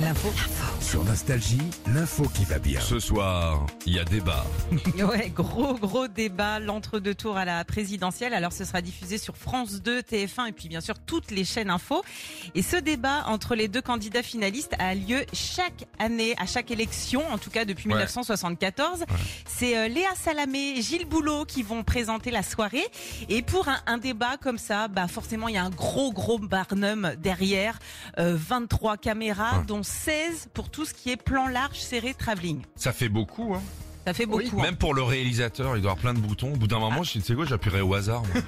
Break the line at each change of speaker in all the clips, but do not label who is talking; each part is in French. L'info.
Sur Nostalgie, l'info qui va bien.
Ce soir, il y a débat.
Ouais, gros, gros débat, l'entre-deux tours à la présidentielle. Alors, ce sera diffusé sur France 2, TF1 et puis bien sûr toutes les chaînes info. Et ce débat entre les deux candidats finalistes a lieu chaque année, à chaque élection, en tout cas depuis
Ouais.
1974. C'est euh, Léa Salamé et Gilles Boulot qui vont présenter la soirée. Et pour un, un débat comme ça, bah forcément, il y a un gros, gros barnum derrière. Euh, 23 caméras,
Ouais.
dont 16 pour tout ce qui est plan large, serré, travelling.
Ça fait beaucoup, hein.
Ça fait beaucoup. hein. Ah.
Même pour le réalisateur, il doit avoir plein de boutons. Au bout d'un moment, je dis, tu sais quoi, j'appuierai au hasard. moi.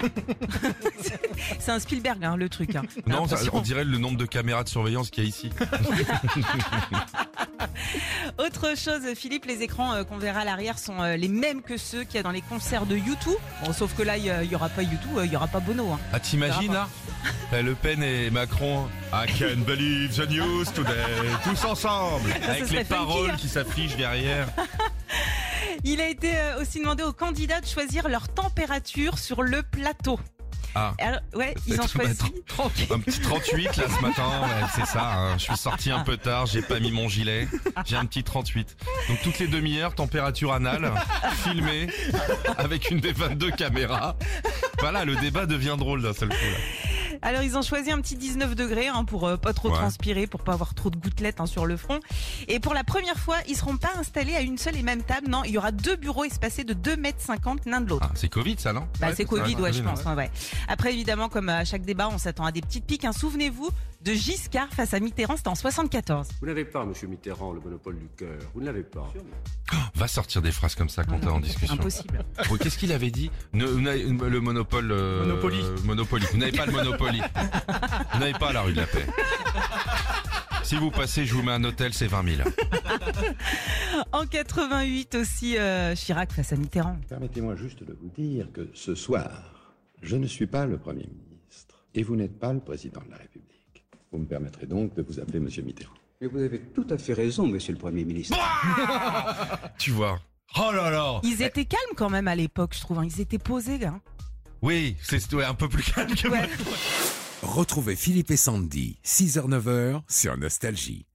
C'est un Spielberg, hein, le truc. hein.
non, ça-
Impression.
on dirait le nombre de caméras de surveillance qu'il y a ici.
Autre chose, Philippe, les écrans euh, qu'on verra à l'arrière sont euh, les mêmes que ceux qu'il y a dans les concerts de YouTube. Bon, sauf que là, il y a- il y aura pas YouTube, euh, il y aura pas Bono. hein.
Ah, t'imagines, là Eh, Le Pen et Macron. I can believe the news today. Tous ensemble. Avec
serait
les
funky,
paroles
hein.
qui s'affichent derrière.
Il a été euh, aussi demandé aux candidats de choisir leur température sur le plateau.
Ah.
Alors, ouais, ils ont
Attends,
choisi. Tranquille.
Un petit 38 là ce matin, ouais, c'est ça. hein. Je suis sorti un peu tard, j'ai pas mis mon gilet. J'ai un petit 38. Donc toutes les demi-heures, température anale, filmé avec une des 22 caméras. Voilà, le débat devient drôle d'un seul coup. là.
Alors ils ont choisi un petit 19 degrés hein, pour euh, pas trop
Ouais.
transpirer, pour pas avoir trop de gouttelettes hein, sur le front. Et pour la première fois, ils seront pas installés à une seule et même table. Non, il y aura deux bureaux espacés de 2 mètres 50 l'un de l'autre.
Ah, c'est Covid ça non
Bah, c'est Covid, ouais, je
ouais.
pense. hein, ouais. Après, évidemment, comme euh, à chaque débat, on s'attend à des petites piques. hein. Souvenez-vous de Giscard face à Mitterrand, c'était en 74.
Vous n'avez pas, monsieur Mitterrand, le monopole du cœur. Vous ne l'avez pas.
Va sortir des phrases comme ça quand t'es en discussion.
Impossible.
Oh, Qu'est-ce qu'il avait dit Ne- vous n'avez- Le monopole. euh,
Monopoly.
Monopoly. Vous n'avez pas le Monopoly. Vous n'avez pas la rue de la paix. Si vous passez, je vous mets un hôtel, c'est 20 000.
En 88 aussi, euh, Chirac face à Mitterrand.
Permettez-moi juste de vous dire que ce soir, je ne suis pas le Premier ministre et vous n'êtes pas le Président de la République. Vous me permettrez donc de vous appeler Monsieur Mitterrand.
Mais vous avez tout à fait raison, monsieur le Premier ministre.
Tu vois. Oh là là
Ils étaient calmes quand même à l'époque, je trouve. hein. Ils étaient posés, gars. hein.
Oui, c'est ouais, un peu plus calme que
Ouais.
Retrouvez Philippe et Sandy, 6h-9h sur Nostalgie.